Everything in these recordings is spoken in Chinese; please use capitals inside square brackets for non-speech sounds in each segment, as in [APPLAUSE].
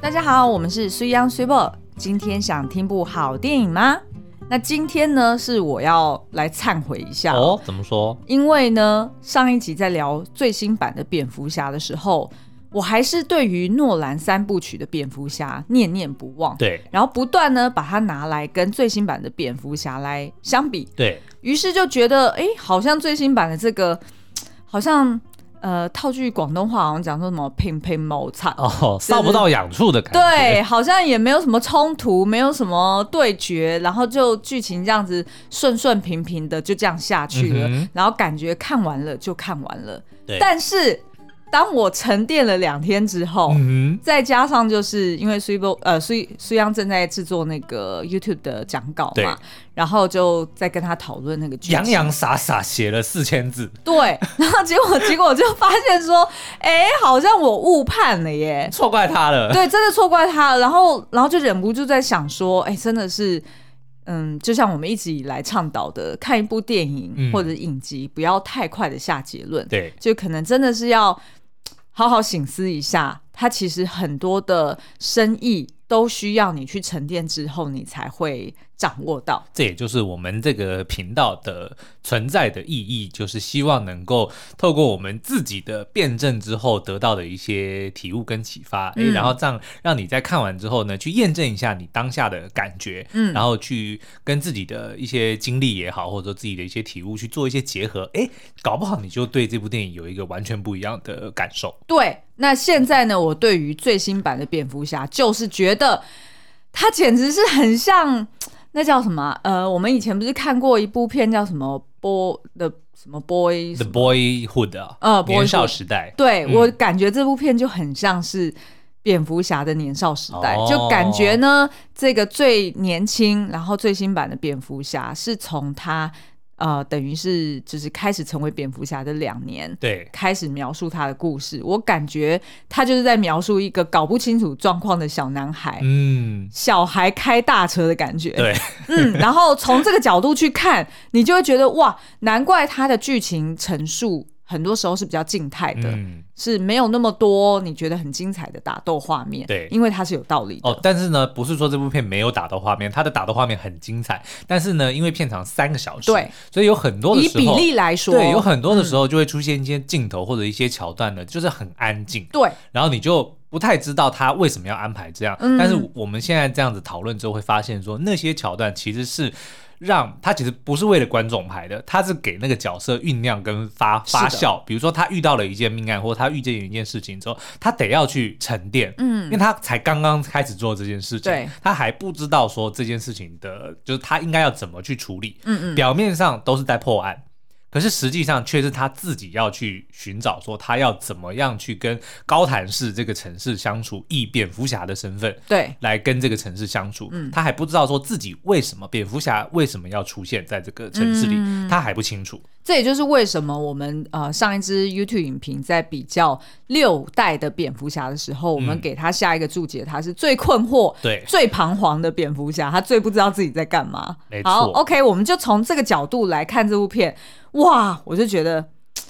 大家好，我们是虽央虽报。今天想听部好电影吗？那今天呢，是我要来忏悔一下哦，怎么说？因为呢，上一集在聊最新版的蝙蝠侠的时候，我还是对于诺兰三部曲的蝙蝠侠念念不忘，对然后不断呢把它拿来跟最新版的蝙蝠侠来相比，对，于是就觉得，哎，好像最新版的这个，好像呃，套句广东话，好像讲说什么“拼拼谋惨”，哦，是烧不到痒处的感觉。对，好像也没有什么冲突，没有什么对决，然后就剧情这样子顺顺平平的就这样下去了，嗯哼然后感觉看完了就看完了。对但是当我沉淀了两天之后。嗯再加上就是因为苏一波呃苏一苏央正在制作那个 YouTube 的讲稿对嘛，然后就在跟他讨论那个剧哼，情洋洋洒洒写了四千字，对，然后结果结果我就发现说，哎、好像我误判了耶，错怪他 [LAUGHS] 了。对，真的错怪他了，然后然后就忍不住在想说，哎、真的是，嗯，就像我们一直以来倡导的，看一部电影嗯或者影集，不要太快的下结论，对就可能真的是要好好醒思一下，它其实很多的深意都需要你去沉淀之后，你才会掌握到。这也就是我们这个频道的存在的意义，就是希望能够透过我们自己的辩证之后得到的一些体悟跟启发，诶，嗯然后这样让你在看完之后呢，去验证一下你当下的感觉，嗯然后去跟自己的一些经历也好，或者说自己的一些体悟去做一些结合，诶，搞不好你就对这部电影有一个完全不一样的感受。对，那现在呢，我对于最新版的蝙蝠侠，就是觉得它简直是很像那叫什么啊？呃，我们以前不是看过一部片叫什么 boy 的什么 boy？ The Boyhood 啊，呃年少 Boyhood 时代，对、嗯我感觉这部片就很像是。蝙蝠侠的年少时代，哦就感觉呢，这个最年轻，然后最新版的蝙蝠侠是从他呃，等于是就是开始成为蝙蝠侠的两年，对开始描述他的故事，我感觉他就是在描述一个搞不清楚状况的小男孩，嗯，小孩开大车的感觉。对，嗯，然后从这个角度去看， [LAUGHS] 你就会觉得哇，难怪他的剧情陈述很多时候是比较静态的，嗯。是没有那么多你觉得很精彩的打斗画面。对因为它是有道理的。哦，但是呢，不是说这部片没有打斗画面，它的打斗画面很精彩，但是呢，因为片长三个小时，对，所以有很多的以时候，比例来说，嗯对，有很多的时候就会出现一些镜头或者一些桥段呢，就是很安静，对然后你就不太知道他为什么要安排这样。嗯但是我们现在这样子讨论之后，会发现说那些桥段其实是。让他其实不是为了观众排的，他是给那个角色酝酿跟发是的发酵。比如说他遇到了一件命案，或者他遇见一件事情之后，他得要去沉淀，嗯，因为他才刚刚开始做这件事情对，他还不知道说这件事情的，就是他应该要怎么去处理，嗯嗯，表面上都是在破案，可是实际上却是他自己要去寻找，说他要怎么样去跟高谭市这个城市相处，以蝙蝠侠的身份对来跟这个城市相处。嗯他还不知道说自己为什么蝙蝠侠为什么要出现在这个城市里，嗯他还不清楚。这也就是为什么我们呃上一支 YouTube 影评在比较六代的蝙蝠侠的时候，我们给他下一个注解，他是最困惑、嗯对最彷徨的蝙蝠侠，他最不知道自己在干嘛。没错好，OK，我们就从这个角度来看这部片，哇，我就觉得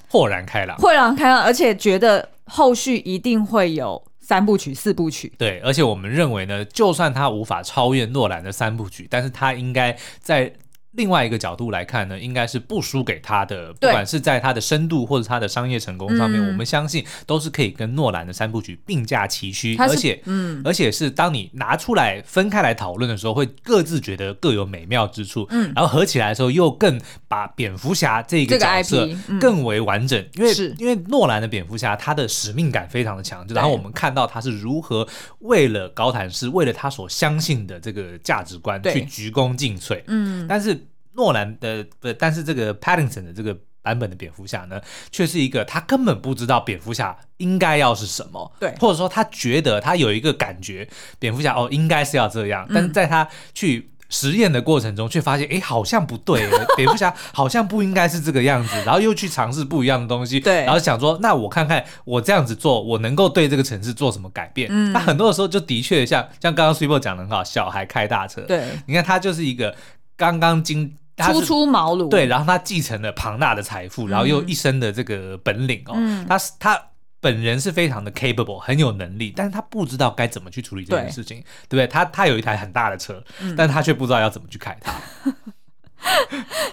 豁然开朗。会让人看到，而且觉得后续一定会有三部曲、四部曲。对，而且我们认为呢，就算他无法超越诺兰的三部曲，但是他应该在另外一个角度来看呢，应该是不输给他的，不对管是在他的深度或者他的商业成功上面，嗯我们相信都是可以跟诺兰的三部曲并驾齐驱，它是而且，嗯，而且是当你拿出来分开来讨论的时候，会各自觉得各有美妙之处，嗯，然后合起来的时候又更把蝙蝠侠这这个个角色 IP 嗯更为完整，因为是因为诺兰的蝙蝠侠他的使命感非常的强，然后我们看到他是如何为了高谭市，为了他所相信的这个价值观对去鞠躬尽瘁，嗯，但是诺兰的不，但是这个 Paddington 的这个版本的蝙蝠侠呢，却是一个他根本不知道蝙蝠侠应该要是什么，对或者说他觉得他有一个感觉，蝙蝠侠哦应该是要这嗯样，但是在他去。实验的过程中，却发现，诶，好像不 [LAUGHS] 对，蝙蝠侠好像不应该是这个样子，然后又去尝试不一样的东西，对然后想说，那我看看我这样子做，我能够对这个城市做什么改变？嗯，那很多的时候就的确像像刚刚 Super 讲的很好，小孩开大车，对，你看他就是一个刚刚经他初是出嗯茅庐。嗯对，然后他继承了庞大的财富，然后又一身的这个本领哦，他是他。本人是非常的 capable，很有能力，但是他不知道该怎么去处理这件对嗯事情，对不对？他他有一台很大的车，但他却不知道要怎么去开它。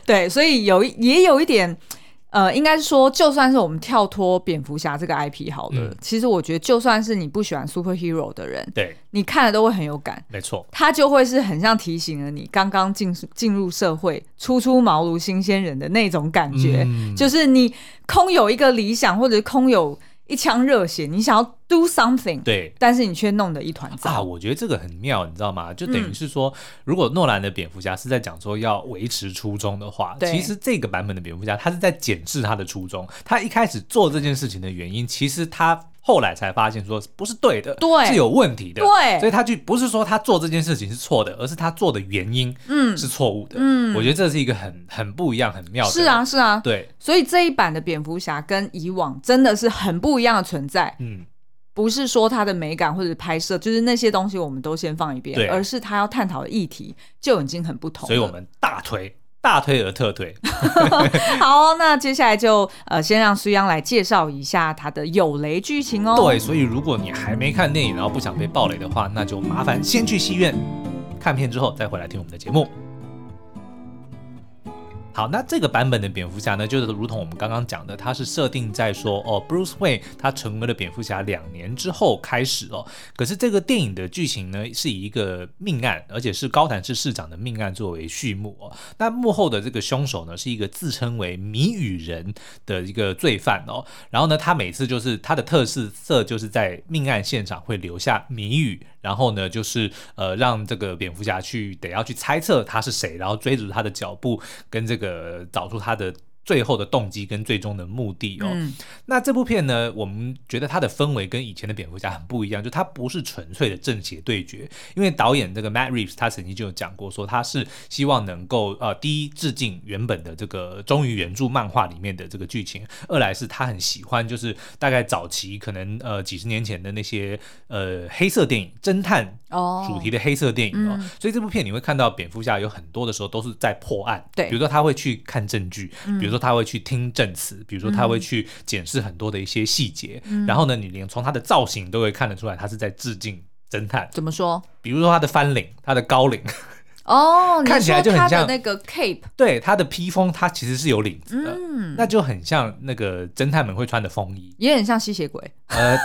对，所以有一也有一点，呃，应该是说，就算是我们跳脱蝙蝠侠这个 IP 好了，嗯其实我觉得，就算是你不喜欢 superhero 的人，对，你看了都会很有感。没错，它就会是很像提醒了你刚刚进进入社会、初出茅庐新鲜人的那种感觉，嗯就是你空有一个理想，或者空有一腔热血，你想要 do something，对。但是你却弄得一团糟。啊，我觉得这个很妙，你知道吗？就等嗯于是说，如果诺兰的蝙蝠侠是在讲说要维持初衷的话，对其实这个版本的蝙蝠侠他是在检视他的初衷。他一开始做这件事情的原因，其实他后来才发现说不是对的，对是有问题的，对所以他就不是说他做这件事情是错的，而是他做的原因嗯是错误的。嗯我觉得这是一个很很不一样、很妙的。是，啊，是啊，对，所以这一版的蝙蝠侠跟以往真的是很不一样的存在，嗯，不是说它的美感或者拍摄，就是那些东西我们都先放一对边，而是它要探讨的议题就已经很不同了。所以我们大推、大推而特推。 [LAUGHS] 好，那接下来就呃，先让苏央来介绍一下他的有雷剧情哦。对，所以如果你还没看电影，然后不想被暴雷的话，那就麻烦先去戏院看片之后再回来听我们的节目。好，那这个版本的蝙蝠侠呢，就是如同我们刚刚讲的，它是设定在说哦，Bruce Wayne 他成为了蝙蝠侠两年之后开始哦。可是这个电影的剧情呢，是以一个命案，而且是高谭市市长的命案作为序幕哦。那幕后的这个凶手呢，是一个自称为谜语人的一个罪犯哦。然后呢，他每次就是他的特色色就是在命案现场会留下谜语，然后呢，就是呃让这个蝙蝠侠去得要去猜测他是谁，然后追逐他的脚步，跟这个找出他的。最后的动机跟最终的目的哦，嗯，那这部片呢，我们觉得它的氛围跟以前的蝙蝠侠很不一样，就它不是纯粹的正邪对决，因为导演这个 Matt Reeves 他曾经就有讲过说，他是希望能够呃，第一致敬原本的这个呃忠于原著漫画里面的这个剧情，二来是他很喜欢就是大概早期可能呃几十年前的那些呃黑色电影侦探哦，嗯主题的黑色电影哦，所以这部片你会看到蝙蝠侠有很多的时候都是在破案，对嗯比如说他会去看证据，比如说他会去听证词，比如说他会去检视很多的一些细节，嗯然后呢，你连从他的造型都会看得出来，他是在致敬侦探，怎么说？比如说他的翻领，他的高 [LAUGHS] 领，哦，你看起来就说很他的像那个 cape，对，他的披风它其实是有领子的，嗯，那就很像那个侦探们会穿的 [LAUGHS] 风衣，也很像吸血鬼。呃，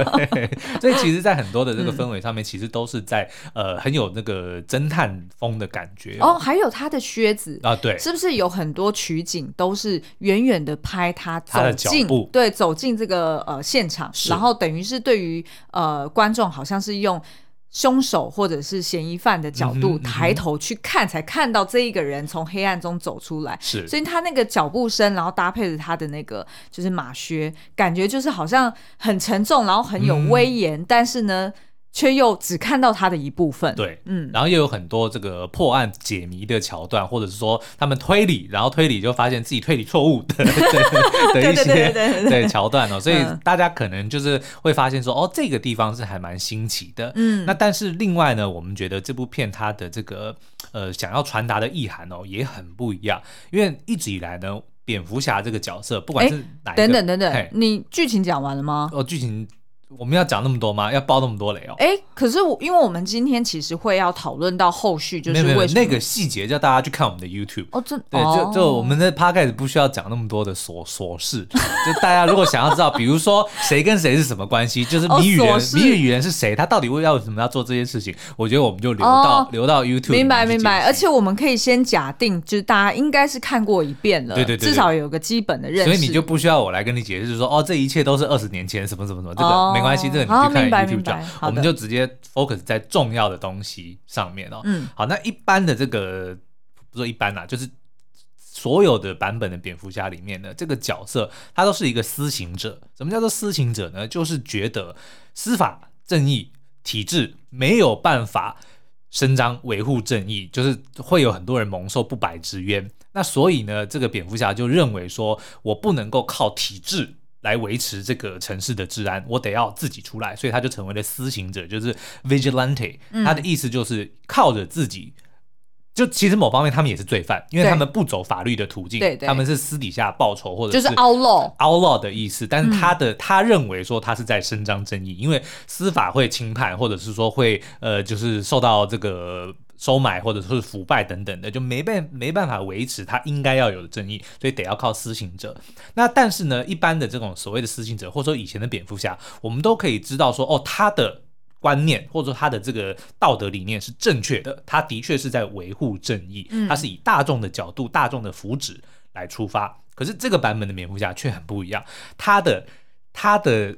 [LAUGHS] 对，对所以其实，在很多的这个氛围上面，其实都是在呃很有那个侦探风的感觉哦，还有他的靴子。啊，对，是不是有很多取景都是远远的拍他他走的脚进步对走进这个呃现场，是然后等于是对于呃观众好像是用凶手或者是嫌疑犯的角嗯哼度、嗯哼抬头去看，才看到这一个人从黑暗中走出来。是所以他那个脚步声，然后搭配着他的那个就是马靴，感觉就是好像很沉重，然后很有嗯威严，但是呢，却又只看到他的一部分。，对，嗯，然后又有很多这个破案解谜的桥段，或者是说他们推理，然后推理就发现自己推理错误 [LAUGHS] 的的的一对对对对对些。对对桥段哦，所以嗯大家可能就是会发现说，哦，这个地方是还蛮新奇的。嗯那但是另外呢，我们觉得这部片它的这个呃想要传达的意涵哦也很不一样，因为一直以来呢，蝙蝠侠这个角色不管哎是哪一个，等等等等嘿，你剧情讲完了吗？哦剧情我们要讲那么多吗？要爆那么多雷哦？哎、可是我因为我们今天其实会要讨论到后续，就没是有没有为什么那个细节叫大家去看我们的 YouTube。哦，真对，哦就就我们的 podcast 不需要讲那么多的琐琐事，就大家如果想要知道，比如说谁跟谁是什么关系，就是谜语哦琐人，事谜语人是谁，他到底为要为什么要做这件事情，我觉得我们就留到、哦留到 YouTube 明白里面去明白，解而析且我们可以先假定，就是大家应该是看过一遍了，对对对对至少有个基本的认识。所以你就不需要我来跟你解释说，哦，这一切都是二十年前什么什么什么，这个、哦没关系，这个你好去明白看 YouTube 明白讲，好我的们就直接 focus 在重要的东西上面哦。嗯，好，那一般的这个不说一般啦，就是所有的版本的蝙蝠侠里面呢，这个角色他都是一个私刑者。什么叫做私刑者呢？就是觉得司法正义体制没有办法伸张维护正义，就是会有很多人蒙受不白之冤。那所以呢，这个蝙蝠侠就认为说，我不能够靠体制来维持这个城市的治安，我得要自己出来，所以他就嗯成为了私刑者，就是 vigilante、他的意思就是靠着自己就其实某方面他们也是罪犯，因为对他们不走法律的途径，对对他们是私底下报仇或者就是 outlaw， outlaw 的意思，但是他的、他认为说他是在伸张正义，因为司法会轻判，或者是说会呃，就是受到这个收买或者是腐败等等的，就没办没办法维持他应该要有的正义，所以得要靠私刑者。那但是呢，一般的这种所谓的私刑者，或者说以前的蝙蝠侠，我们都可以知道说，哦，他的。观念或者说他的这个道德理念是正确的，他的确是在维护正义，他是以大众的角度、大众的福祉来出发。可是这个版本的蝙蝠侠却很不一样，他的他的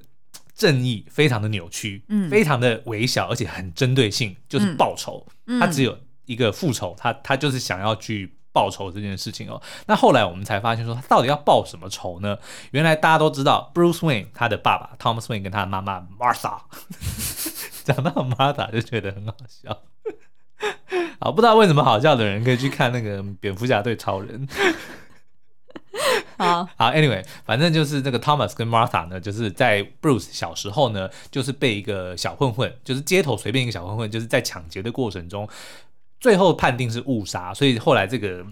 正义非常的扭曲，嗯非常的微小，而且很针对性，就是报仇。嗯他只有一个复仇，他他就是想要去报仇这件事情哦。那后来我们才发现说，他到底要报什么仇呢？原来大家都知道，Bruce Wayne 他的爸爸 Tom Wayne 跟他的妈妈 Martha，讲到 Martha 就觉得很好笑。啊，不知道为什么好笑的人可以去看那个蝙蝠侠对超人。好，好，anyway，反正就是这个 Thomas 跟 Martha 呢，就是在 Bruce 小时候呢，就是被一个小混混，就是街头随便一个小混混，就是在抢劫的过程中，最后判定是误杀，所以后来这个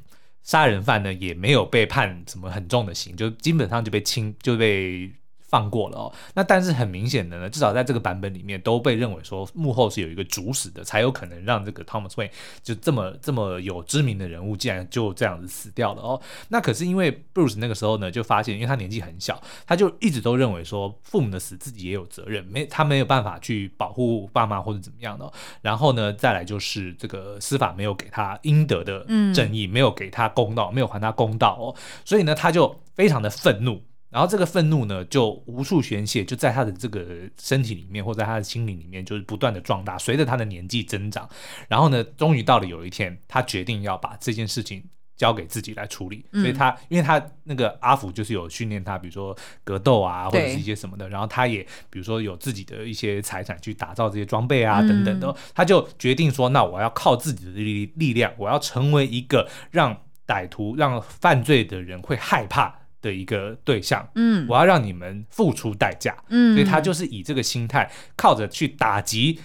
杀人犯呢也没有被判什么很重的刑，就基本上就被轻就被。放过了哦，那但是很明显的呢，至少在这个版本里面都被认为说幕后是有一个主使的，才有可能让这个 Thomas Wayne 就这么这么有知名的人物，竟然就这样子死掉了哦。那可是因为 Bruce 那个时候呢，就发现，因为他年纪很小，他就一直都认为说父母的死自己也有责任，没他没有办法去保护爸妈或者怎么样的哦。然后呢，再来就是这个司法没有给他应得的正义，没有给他公道，没有还他公道哦。所以呢，他就非常的愤怒。然后这个愤怒呢，就无处宣泄，就在他的这个身体里面，或在他的心灵里面，就是不断的壮大。随着他的年纪增长，然后呢，终于到了有一天，他决定要把这件事情交给自己来处理。所以他，因为他那个阿福就是有训练他，比如说格斗啊，或者对是一些什么的。然后他也，比如说有自己的一些财产去打造这些装备啊，等嗯等的。他就决定说，那我要靠自己的力力量，我要成为一个让歹徒、让犯罪的人会害怕的一个对象。嗯我要让你们付出代价。嗯，所以他就是以这个心态，靠着去打击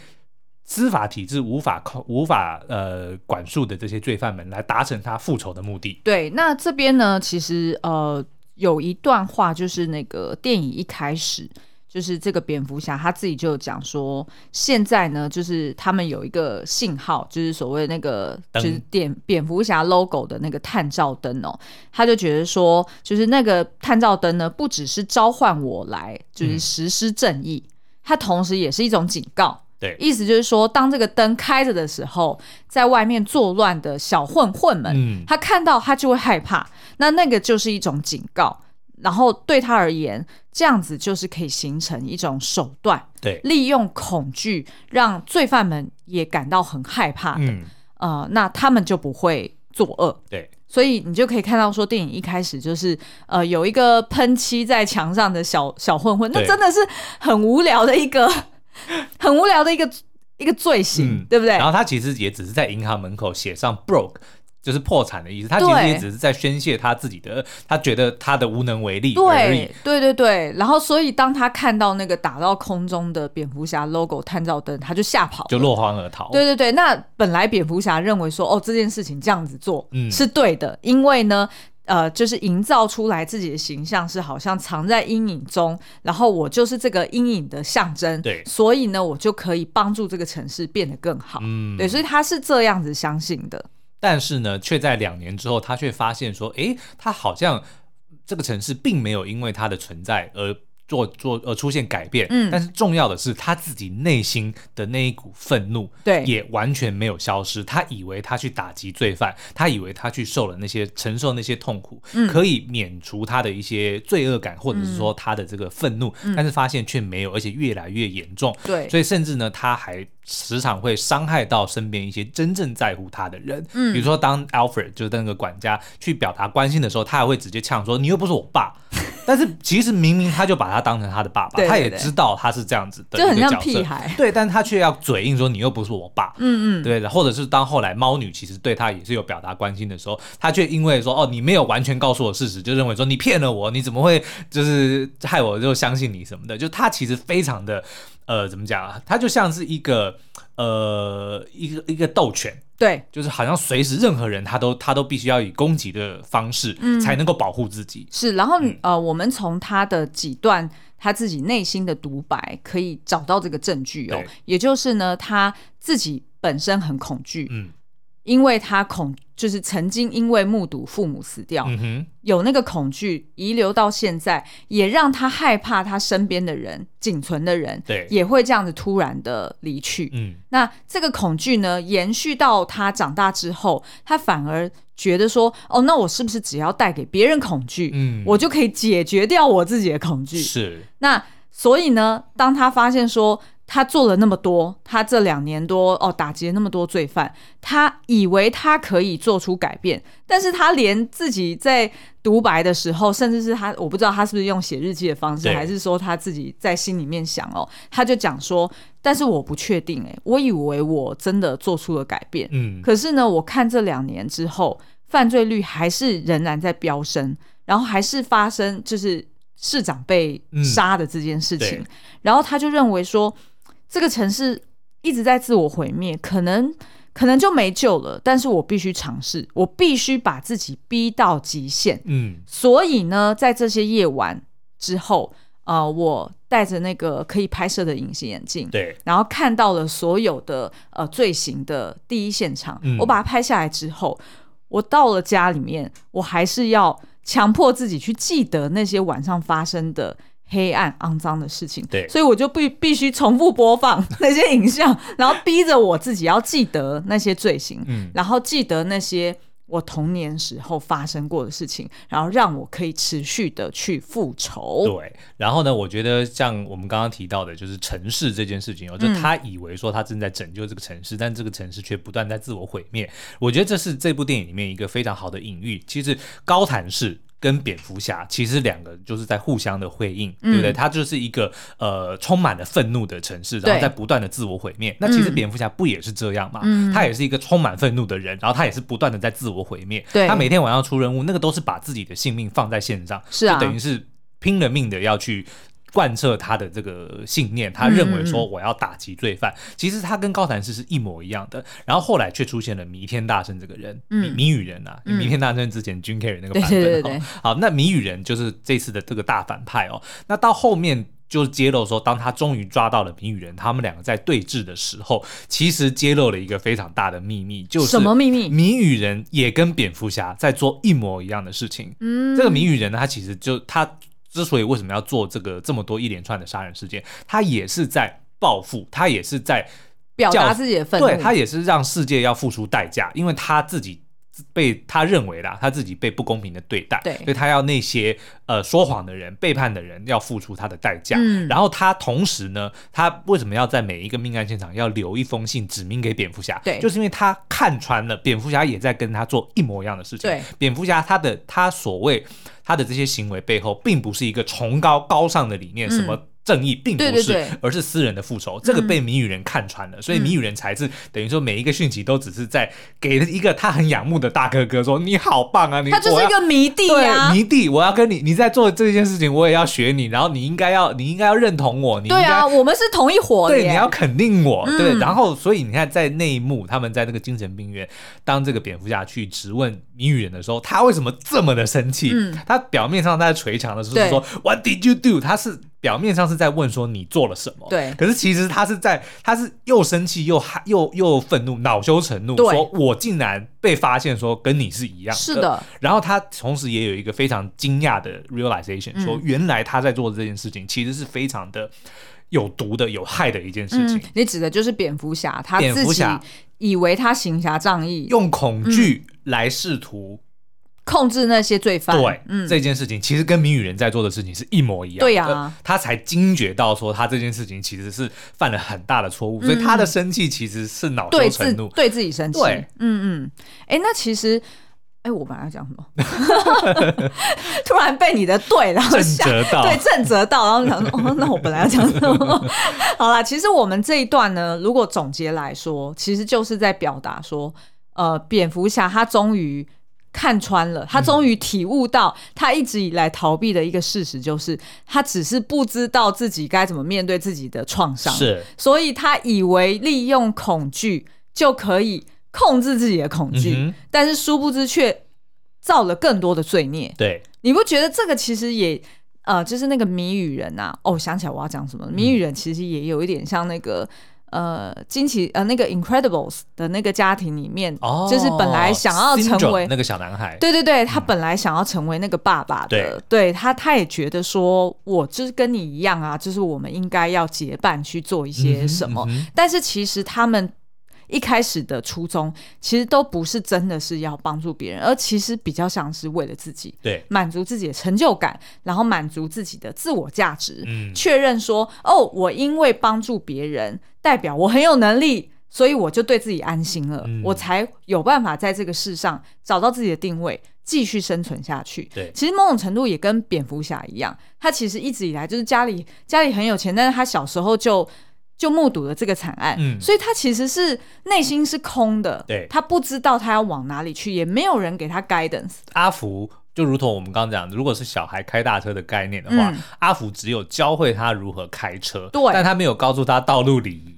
司法体制无法控、无法呃管束的这些罪犯们，来达成他复仇的目的。对，那这边呢，其实呃有一段话，就是那个电影一开始，就是这个蝙蝠侠他自己就有讲说，现在呢，就是他们有一个信号，就是所谓那个就灯是蝙蝙蝠侠 logo 的那个探照灯哦，他就觉得说，就是那个探照灯呢，不只是召唤我来，就是嗯实施正义，它同时也是一种警告。对，意思就是说，当这个灯开着的时候，在外面作乱的小混混们，嗯，他看到他就会害怕，那那个就是一种警告。然后对他而言，这样子就是可以形成一种手段，对，利用恐惧让罪犯们也感到很害怕。嗯，呃，那他们就不会作恶。对，所以你就可以看到，说电影一开始就是呃有一个喷漆在墙上的小小混混，那对真的是很无聊的一个 [LAUGHS] 很无聊的一个一个罪行，嗯对不对然？后他其实也只是在银行门口写上 broke。就是破产的意思，他对其实也只是在宣泄他自己的，他觉得他的无能为力而已对。对对对，然后所以当他看到那个打到空中的蝙蝠侠 logo 探照灯，他就吓跑了就落荒而逃。对对对，那本来蝙蝠侠认为说，哦，这件事情这样子做、嗯是对的，因为呢，呃，就是营造出来自己的形象是好像藏在阴影中，然后我就是这个阴影的象征，对所以呢，我就可以帮助这个城市变得更好，嗯，对，所以他是这样子相信的，但是呢，却在两年之后，他却发现说，诶，他好像这个城市并没有因为他的存在而。做做而出现改变，嗯但是重要的是他自己内心的那一股愤怒，对也完全没有消失。他以为他去打击罪犯，他以为他去受了那些承受那些痛苦，嗯可以免除他的一些罪恶感，或者是说他的这个愤怒，但是发现却没有，而且越来越严重。嗯对，所以甚至呢，他还时常会伤害到身边一些真正在乎他的人。嗯，比如说当 Alfred 就是那个管家去表达关心的时候，他还会直接呛说：“你又不是我爸。”但是其实明明他就把他当成他的爸爸，对对他也对知道他是这样子的一就个很像角色，屁孩对，但他却要嘴硬说：“你又不是我爸。”嗯嗯，对的，或者是当后来猫女其实对他也是有表达关心的时候，他却因为说哦你没有完全告诉我事实，就认为说你骗了我，你怎么会就是害我就相信你什么的，就他其实非常的呃怎么讲啊？它就像是一个呃一个一个斗犬，对，就是好像随时任何人他都他都必须要以攻击的方式嗯才能够保护自己。是，然后、嗯呃，我们从他的几段他自己内心的独白，可以找到这个证据哦对。也就是呢，他自己本身很恐惧，嗯因为他恐就是曾经因为目睹父母死掉，嗯哼，有那个恐惧遗留到现在，也让他害怕他身边的人、仅存的人，对也会这样子突然的离去。嗯那这个恐惧呢，延续到他长大之后，他反而觉得说，哦，那我是不是只要带给别人恐惧，嗯，我就可以解决掉我自己的恐惧？是那所以呢，当他发现说他做了那么多，他这两年多哦打劫那么多罪犯，他以为他可以做出改变，但是他连自己在独白的时候，甚至是他我不知道他是不是用写日记的方式，对还是说他自己在心里面想哦，他就讲说，但是我不确定、欸，我以为我真的做出了改变，嗯可是呢，我看这两年之后，犯罪率还是仍然在飙升，然后还是发生就是市长被杀的这件事情。嗯对然后他就认为说，这个城市一直在自我毁灭，可能可能就没救了。但是我必须尝试，我必须把自己逼到极限。嗯所以呢，在这些夜晚之后，呃，我戴着那个可以拍摄的隐形眼镜，对然后看到了所有的呃罪行的第一现场，嗯我把它拍下来之后，我到了家里面，我还是要强迫自己去记得那些晚上发生的。黑暗肮脏的事情，对所以我就必必须重复播放那些影像，然后逼着我自己要记得那些罪行，嗯然后记得那些我童年时候发生过的事情，然后让我可以持续的去复仇。对，然后呢？我觉得像我们刚刚提到的，就是城市这件事情嗯哦，就他以为说他正在拯救这个城市，但这个城市却不断在自我毁灭。我觉得这是这部电影里面一个非常好的隐喻。其实高谭市。跟蝙蝠侠其实两个就是在互相的辉映，嗯对不对？它就是一个呃充满了愤怒的城市，然对后嗯在不断的自我毁灭。那其实蝙蝠侠不也是这样嘛？他也是一个充满愤怒的人，然后他也是不断的在自我毁灭。对他每天晚上出任务，那个都是把自己的性命放在线上，是啊就等于是拼了命的要去。贯彻他的这个信念，他认为说我要打击罪犯。其实他跟高谭市是一模一样的，然后后来却出现了弥天大圣这个人，谜谜语人啊，弥天大圣之前 Jim Carrey 那个嗯版本、哦，对对对对好，那谜语人就是这次的这个大反派哦。那到后面就揭露说，当他终于抓到了谜语人，他们两个在对峙的时候，其实揭露了一个非常大的秘密，就是嗯什么秘密谜语人也跟蝙蝠侠在做一模一样的事情。嗯，这个谜语人呢，他其实就他之所以为什么要做这个这么多一连串的杀人事件，他也是在报复，他也是在表叫达自己的愤怒，对他也是让世界要付出代价，因为他自己被他认为啦，他自己被不公平的对待，对所以他要那些呃说谎的人、背叛的人要付出他的代价。嗯然后他同时呢，他为什么要在每一个命案现场要留一封信指明给蝙蝠侠？对就是因为他看穿了蝙蝠侠也在跟他做一模一样的事情。对，蝙蝠侠他的他所谓他的这些行为背后，并不是一个崇高高尚的理念，什么正义，并不对嗯是，对对而是私人的复仇。这个嗯被谜语人看穿了，所以谜语人才是等于说每一个讯息都只是在给一个他很仰慕的大哥哥说：“你好棒啊，你他就是一。我要”个啊迷弟呀、对，迷弟，我要跟你，你在做这件事情，我也要学你，然后你应该要，你应该要认同我，你应对该啊，我们是同一伙的对，耶。你要肯定我，嗯对。然后，所以你看，在那一幕，他们在那个精神病院，当这个蝙蝠侠去质问谜语人的时候，他为什么这么的生气？他表面上在捶墙的时候嗯对说 “What did you do？” 他是表面上是在问说你做了什么，对可是其实他是在，他是又生气又害又又愤怒，恼羞成怒，对说我竟然被发现说跟你是一样是的，然后他同时也有一个非常惊讶的 realization，、说嗯原来他在做的这件事情其实是非常的有毒的、有害的一件事情，嗯，你指的就是蝙蝠侠，他蝙自蝠己侠以为他行侠仗义，用恐惧嗯来试图、控制那些罪犯。对、嗯，这件事情，其实跟谜语人在做的事情是一模一样的。对啊呀呃他才惊觉到说他这件事情其实是犯了很大的错误，所以他的生气其实是恼嗯羞对自成怒。对自己生气。对嗯嗯。哎，那其实，哎，我本来要讲什么？ [LAUGHS] 突然被你的对，然后震吓折到，对，正则道，然后想说，哦，那我本来要讲什么？好啦，其实我们这一段呢，如果总结来说，其实就是在表达说，呃，蝙蝠侠他终于。看穿了，他终于体悟到他一直以来逃避的一个事实，就是他只是不知道自己该怎么面对自己的创伤，是所以他以为利用恐惧就可以控制自己的恐惧，嗯哼但是殊不知却造了更多的罪孽。对，你不觉得这个其实也呃，就是那个谜语人呐、哦，想起来我要讲什么了？谜语人其实也有一点像那个。呃，惊奇呃，那个 Incredibles 的那个家庭里面，哦，就是本来想要 Syndrome，成为哦那个小男孩，对对对，他本来想要成为那个爸爸的，对他，他也觉得说，我就是跟你一样啊，就是我们应该要结伴去做一些什么。嗯哼嗯哼但是其实他们一开始的初衷，其实都不是真的是要帮助别人，而其实比较像是为了自己，对，满足自己的成就感，然后满足自己的自我价值，嗯确认说，哦，我因为帮助别人，代表我很有能力。所以我就对自己安心了，嗯我才有办法在这个世上找到自己的定位，继续生存下去。对其实某种程度也跟蝙蝠侠一样，他其实一直以来就是家里家里很有钱，但是他小时候就就目睹了这个惨案，嗯所以他其实是内心是空的，对他不知道他要往哪里去，也没有人给他 guidance。阿福就如同我们刚刚讲的，如果是小孩开大车的概念的话，嗯阿福只有教会他如何开车，对但他没有告诉他道路礼仪。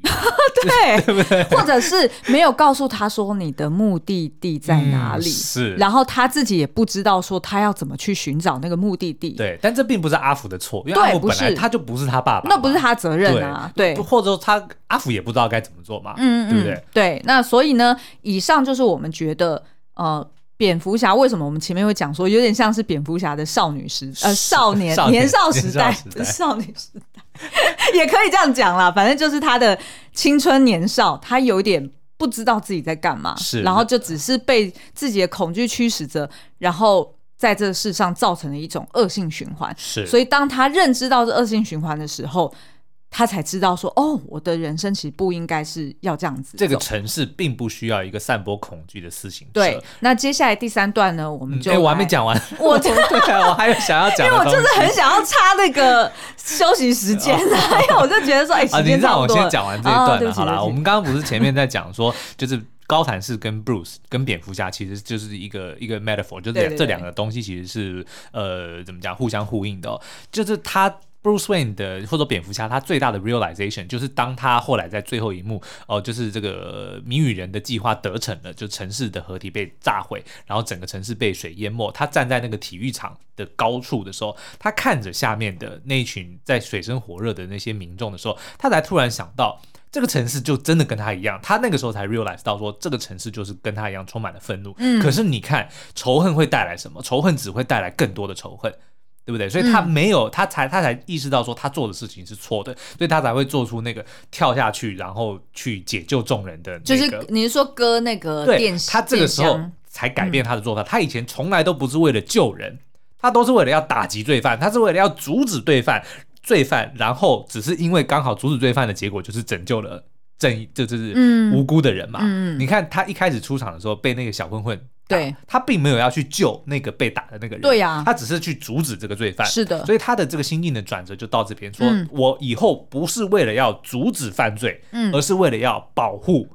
对，或者是没有告诉他说你的目的地在哪里，嗯是然后他自己也不知道说他要怎么去寻找那个目的地，对，但这并不是阿福的错，因为对阿福本不来是他就不是他爸爸嘛，那不是他责任啊，对。或者说他阿福也不知道该怎么做嘛，嗯对不对？对，那所以呢，以上就是我们觉得呃。蝙蝠侠为什么我们前面会讲说有点像是蝙蝠侠的少女时呃少年少年年少时代年少时代不是 [LAUGHS] 少女时代 [LAUGHS] 也可以这样讲啦，反正就是他的青春年少，他有点不知道自己在干嘛，是然后就只是被自己的恐惧驱使着，然后在这世上造成了一种恶性循环。是，所以当他认知到这恶性循环的时候，他才知道说，哦，我的人生其实不应该是要这样子走。这个城市并不需要一个散播恐惧的私行者。对。那接下来第三段呢，我们嗯就、哎、我还没，讲完，[LAUGHS] 我对啊，我还有想要讲因的为我东就西，是很想要插那个休息时间啊，因为我就觉得说，哎、啊，时你间差让不我多了先讲完这一哦段对了，不起好啦，对不我起们刚刚不是前面在讲说，就是高谭市跟 Bruce 跟蝙蝠侠其实就是一个一个 metaphor，就是对两对这对两个东西其实是呃怎么讲互相呼应的、哦，就是他。Bruce Wayne 的或者蝙蝠侠，他最大的 realization 就是当他后来在最后一幕，哦、就是这个呃谜语人的计划得逞了，就城市的合体被炸毁，然后整个城市被水淹没。他站在那个体育场的高处的时候，他看着下面的那一群在水深火热的那些民众的时候，他才突然想到。这个城市就真的跟他一样，他那个时候才 realize 到说，这个城市就是跟他一样充满了愤怒。嗯，可是你看，仇恨会带来什么？仇恨只会带来更多的仇恨，对不嗯对？所以他没有，他才他才意识到说他做的事情是错的，所以他才会做出那个跳下去，然后去解救众人的、那个。就是你是说割那个对呃电他这个时候电箱才改变他的做法。他以前从来都不是为了救人，他都是为了要打击罪犯，他是为了要阻止罪犯，罪犯，然后只是因为刚好阻止罪犯的结果就是拯救了正义，这就是嗯无辜的人嘛。嗯嗯你看他一开始出场的时候被那个小混混打。对他并没有要去救那个被打的那个人，对呀他只是去阻止这个罪犯。是的所以他的这个心境的转折就到这边，说、嗯我以后不是为了要阻止犯罪，嗯而是为了要保护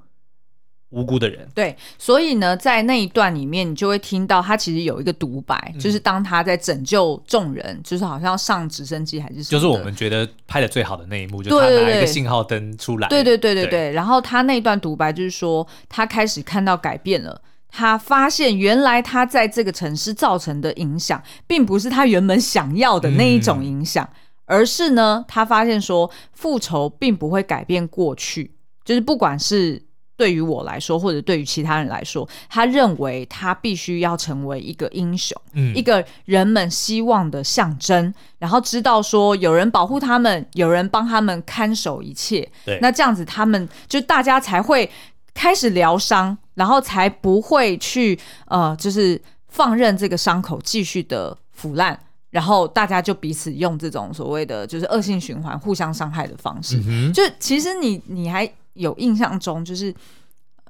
无辜的人。对，所以呢，在那一段里面，你就会听到他其实有一个独白，就是当他在拯救众人，就是好像上直升机还是什么的就是我们觉得拍的最好的那一幕，就对他拿对一个对信号灯出来，对对对对对对。然后他那一段独白就是说，他开始看到改变了。他发现，原来他在这个城市造成的影响，并不是他原本想要的那一种影响，而是呢，他发现说，复仇并不会改变过去，就是不管是对于我来说，或者对于其他人来说，他认为他必须要成为一个英雄，嗯一个人们希望的象征，然后知道说有人保护他们，有人帮他们看守一切，对那这样子他们就大家才会开始疗伤，然后才不会去呃，就是放任这个伤口继续的腐烂。然后大家就彼此用这种所谓的就是恶性循环、互相伤害的方式，就其实你你还有印象中，就是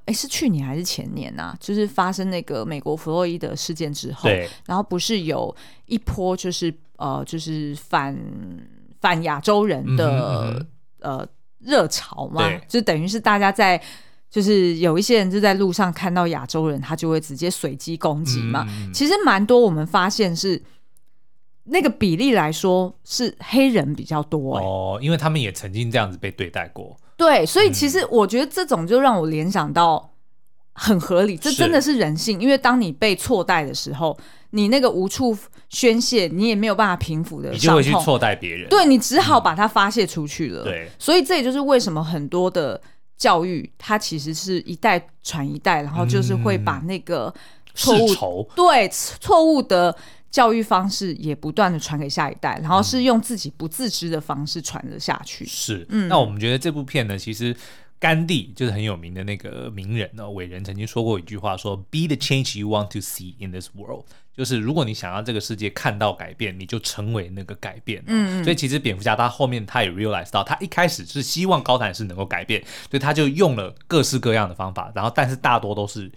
哎是去年还是前年啊？就是发生那个美国弗洛伊德事件之后，对然后不是有一波就是呃就是反反亚洲人嗯哼嗯的、呃热潮嘛对，就等于是大家在。就是有一些人就在路上看到亚洲人，他就会直接随机攻击嘛。嗯其实蛮多，我们发现是那个比例来说是黑人比较多、欸，哦，因为他们也曾经这样子被对待过，对，嗯所以其实我觉得这种就让我联想到很合理，这是真的是人性，因为当你被错待的时候，你那个无处宣泄，你也没有办法平复的你就伤会去痛，错待别人。对你只好把它发泄出去了。对所以这也就是为什么很多的教育，它其实是一代传一代，然后就是会把那个错误嗯世仇对错误的教育方式也不断的传给下一代，然后是嗯用自己不自知的方式传了下去。是，嗯那我们觉得这部片呢，其实。甘地就是很有名的那个名人呢，伟人曾经说过一句话说，说 “Be the change you want to see in this world”，就是如果你想要这个世界看到改变，你就成为那个改变。哦嗯所以其实蝙蝠侠他后面他也 realize 到，他一开始是希望高谭市能够改变，所以他就用了各式各样的方法，然后但是大多都是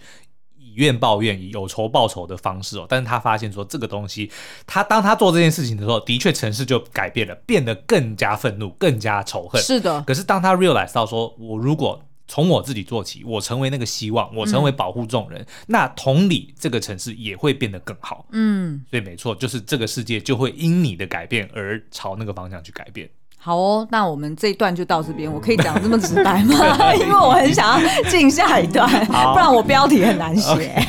以怨报怨、以有仇报仇的方式哦。但是他发现说这个东西，他当他做这件事情的时候，的确城市就改变了，变得更加愤怒、更加仇恨。是的，可是当他 realize 到说，我如果从我自己做起，我成为那个希望，嗯我成为保护众人，那同理，这个城市也会变得更好。嗯，所以没错，就是这个世界就会因你的改变而朝那个方向去改变。好哦，那我们这一段就到这边，我可以讲这么直白 [LAUGHS] 吗？因为我很想要进下一段，不然我标题很难写。 [LAUGHS]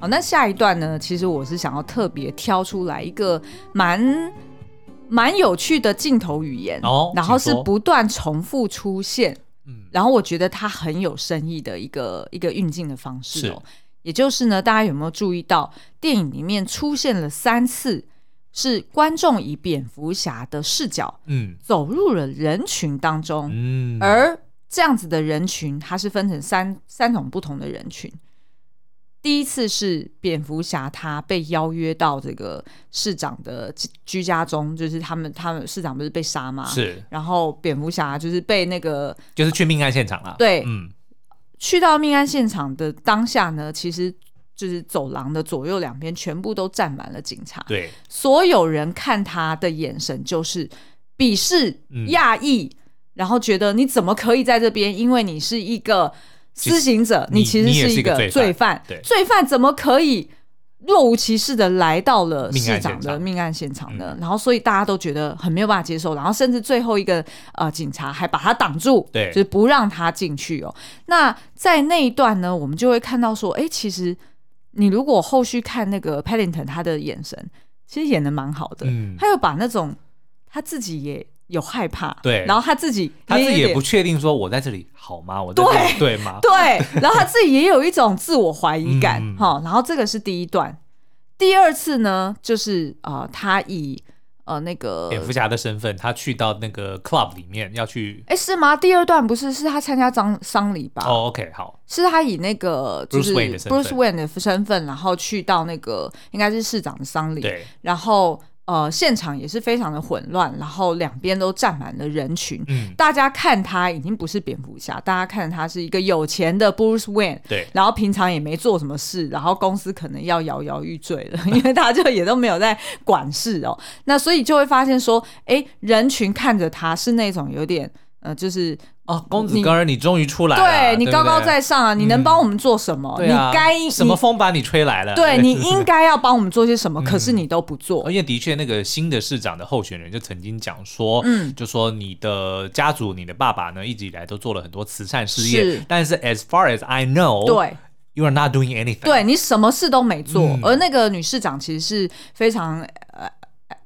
好，那下一段呢？其实我是想要特别挑出来一个蛮蛮有趣的镜头语言，哦然后是请说不断重复出现，嗯然后我觉得它很有深意的一个一个运镜的方式哦。也就是呢，大家有没有注意到电影里面出现了三次是观众以蝙蝠侠的视角嗯走入了人群当中，嗯，而这样子的人群，它是分成三三种不同的人群。第一次是蝙蝠侠，他被邀约到这个市长的居居家中，就是他们他们市长不是被杀吗？。是然后蝙蝠侠就是被那个就是去命案现场啦。对嗯，去到命案现场的当下呢，其实就是走廊的左右两边全部都站满了警察，对，所有人看他的眼神就是鄙视、嗯讶异，然后觉得你怎么可以在这边？因为你是一个私行者，你其实你也是一一个个罪罪犯犯，对罪犯怎么可以？若无其事的来到了命案市长现的场嗯命案现场呢，然后所以大家都觉得很没有办法接受，然后甚至最后一个呃警察还把他挡住，对就是不让他进去哦。那在那一段呢，我们就会看到说，哎、其实你如果后续看那个 Paddington 他的眼神，其实演的蛮好的，嗯他又把那种他自己也有害怕，对然后他自己他自己有也点不确定说我在这里好吗？我在这里对吗？ [LAUGHS] 对，然后他自己也有一种自我怀疑感嗯哈、齁然后这个是第一段，第二次呢，就是呃，他以呃那个蝙蝠侠的身份，他去到那个 club 里面要去。哎是吗？第二段不是是他参加葬丧礼吧？哦，OK，好，是他以那个就是 Bruce Wayne 的身份 Bruce Wayne 的身份，然后去到那个应该是市长的丧礼，对，然后呃现场也是非常的混乱，然后两边都站满了人群。嗯，大家看他已经不是蝙蝠侠，大家看他是一个有钱的 Bruce Wayne，对，然后平常也没做什么事，然后公司可能要摇摇欲坠了， [LAUGHS] 因为他就也都没有在管事哦。那所以就会发现说，哎，人群看着他是那种有点呃，就是哦，公子你哥儿，你终于出来了，对对你不高高对，在上啊，你能帮我们做什么？对啊你该什么你风把你吹来了？对 [LAUGHS] 你应该要帮我们做些什么，可是你都不做而。且的确，那个新的市长的候选人就曾经讲说，嗯就说你的家族、你的爸爸呢，一直以来都做了很多慈善事业，是但是 as far as I know，对，you are not doing anything。对，你什么事都没做，嗯而那个女市长其实是非常呃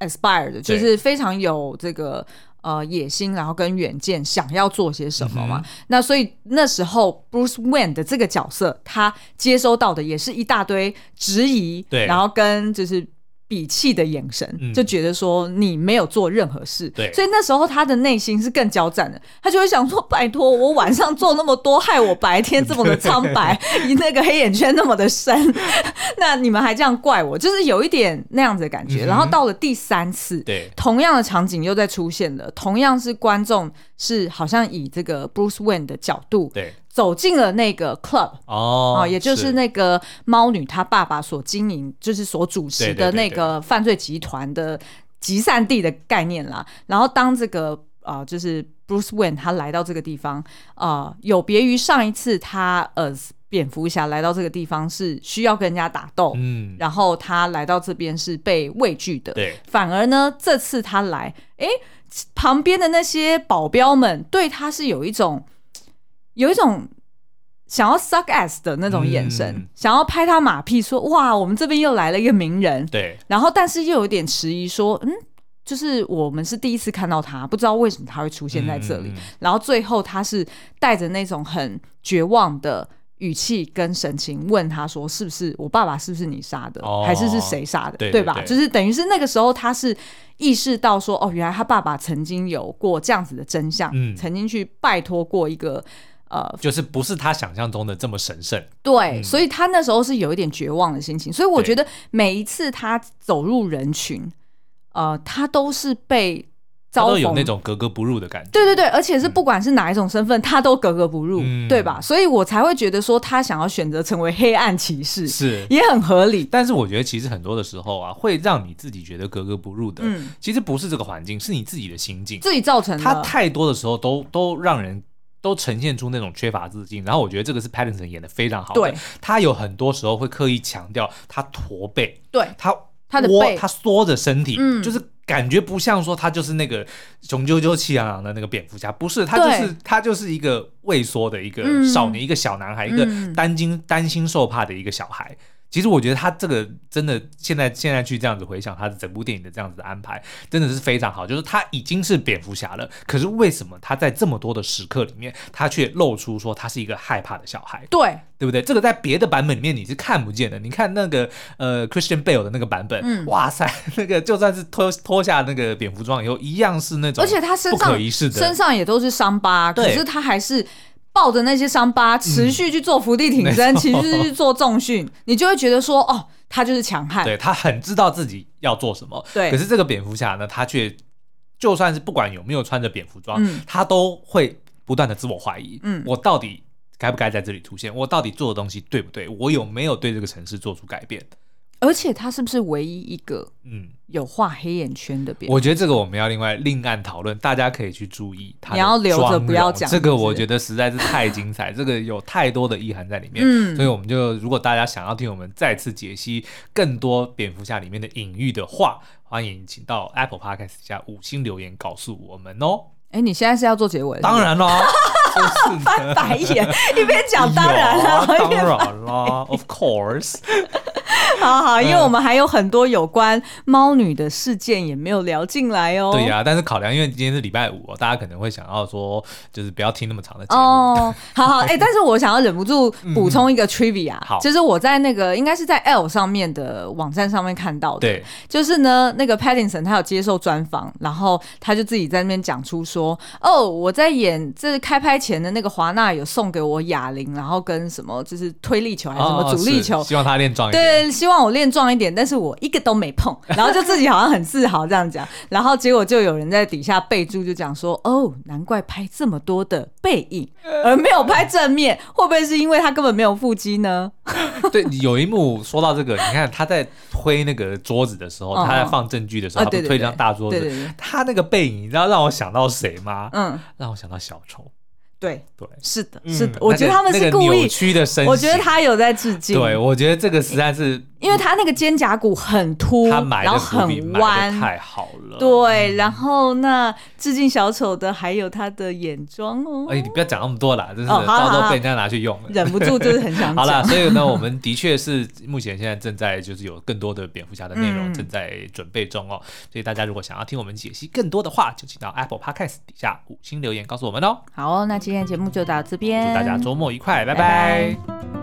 aspire 的，就对是非常有这个呃野心，然后跟远见，想要做些什么嘛。嗯那所以那时候 Bruce Wayne 的这个角色，他接收到的也是一大堆质疑，对然后跟就是。鄙弃的眼神，嗯就觉得说你没有做任何事，对所以那时候他的内心是更交战的，他就会想说：拜托，我晚上做那么多，害我白天这么的苍 [LAUGHS] 白，那个黑眼圈那么的深， [LAUGHS] 那你们还这样怪我，就是有一点那样子的感觉。嗯哼然后到了第三次，对同样的场景又在出现了，同样是观众是好像以这个 Bruce Wayne 的角度对，走进了那个 club 哦，啊、也就是那个猫女她爸爸所经营，就是所主持的对对对那个犯罪集团的集散地的概念啦。然后当这个呃，就是。 Bruce Wayne 他来到这个地方，呃，有别于上一次他呃蝙蝠侠来到这个地方是需要跟人家打斗，嗯，然后他来到这边是被畏惧的，对，反而呢这次他来，诶，旁边的那些保镖们对他是有一种有一种。想要 suck ass 的那种眼神，嗯想要拍他马屁说哇，我们这边又来了一个名人，对，然后但是又有点迟疑说，嗯，就是我们是第一次看到他，不知道为什么他会出现在这里。嗯嗯然后最后他是带着那种很绝望的语气跟神情问他说：“是不是我爸爸？是不是你杀的？哦还是是谁杀的？对对吧？”对就是等于是那个时候他是意识到说：“哦，原来他爸爸曾经有过这样子的真相，嗯曾经去拜托过一个。”呃，就是不是他想象中的这么神圣，对，嗯所以他那时候是有一点绝望的心情，所以我觉得每一次他走入人群，呃，他都是被他遭都逢有那种格格不入的感觉。对对对，而且是不管是哪一种身份，他都格格不入，嗯对吧？所以我才会觉得说他想要选择成为黑暗骑士，是，也很合理。但是我觉得其实很多的时候啊，会让你自己觉得格格不入的，嗯其实不是这个环境，是你自己的心境。自己造成他的，太多的时候都都让人。都呈现出那种缺乏自信，然后我觉得这个是 Pattinson 演的非常好的对他有很多时候会刻意强调他驼背，对他他的窝背他缩着身体，嗯就是感觉不像说他就是那个雄赳赳气昂昂的那个蝙蝠侠，不是，他就是他就是一个畏缩的一个嗯少年，一个小男孩，嗯一个担惊担心受怕的一个小孩。其实我觉得他这个真的，现在现在去这样子回想他的整部电影的这样子的安排，真的是非常好。就是他已经是蝙蝠侠了，可是为什么他在这么多的时刻里面，他却露出说他是一个害怕的小孩？对，对不对？这个在别的版本里面你是看不见的。你看那个呃 Christian Bale 的那个版本，嗯哇塞， [LAUGHS] 那个就算是脱脱下那个蝙蝠装以后，一样是那种，而且他身不可上一世的身上也都是伤疤，可对嗯是他还是抱着那些伤疤持续去做伏地挺身， [LAUGHS] 没错持续去做重训，你就会觉得说，哦，他就是强悍。对他很知道自己要做什么。对可是这个蝙蝠侠呢，他却就算是不管有没有穿着蝙蝠装，嗯他都会不断的自我怀疑，嗯我到底该不该在这里出现？我到底做的东西对不对？我有没有对这个城市做出改变？而且他是不是唯一一个嗯，有画黑眼圈的蝙蝠？我觉得这个我们要另外另案讨论，大家可以去注意它的你要留着不要讲妆容这个我是觉得实在是太精彩， [LAUGHS] 这个有太多的意涵在里面。嗯所以我们就如果大家想要听我们再次解析更多蝙蝠侠里面的隐喻的话，欢迎请到 Apple Podcast 下五星留言告诉我们哦。哎、你现在是要做结尾了？当，然喽，就是的翻 [LAUGHS] 白眼，一边讲当然 [LAUGHS] 有啊当了。然啦，Of course，好嗯好，因为我们还有很多有关猫女的事件也没有聊进来 [LAUGHS] 哦。对呀、但是考量因为今天是礼拜五、哦，大家可能会想要说，就是不要听那么长的节目。嗯哦，好好，哎、但是我想要忍不住补充一个 trivia，、好就是我在那个应该是在 L 上面的网站上面看到的，对，就是呢，那个 Pattinson 他有接受专访，然后他就自己在那边讲出说，哦，我在演这开拍前的那个华纳有送给我哑铃，然后跟什么就是推力球还是什么哦阻力是球，希望他练壮一点。对，希望我练壮一点，但是我一个都没碰， [LAUGHS] 然后就自己好像很自豪这样讲，然后结果就有人在底下备注就讲说，哦，难怪拍这么多的背影，而没有拍正面，会不会是因为他根本没有腹肌呢？ [LAUGHS] 对，有一幕说到这个，你看他在推那个桌子的时候，嗯他在放证据的时候，啊他不对对是推一张大桌对对子对，他那个背影，你知道让我想到谁吗？嗯，让我想到小丑，对，对，是的，嗯是的，我觉得他们那是个故那个扭意，曲的身形，我觉得他有在致敬，对，我觉得这个实在是因为他那个肩胛骨很凸，他嗯埋然的后伏笔很埋的弯。太好了，。对，然后那致敬小丑的还有他的眼妆哦，哎，你不要讲那么多啦，真是哦的好好到时好候被人家拿去用了。忍不住就是很想讲。好了，所以呢，我们的确是目前现在正在就是有更多的蝙蝠侠的内容嗯正在准备中哦，所以大家如果想要听我们解析更多的话，就请到 Apple Podcast 底下五星留言告诉我们哦。好哦，那今天的节目就到这祝边，大家周末愉快，拜拜拜拜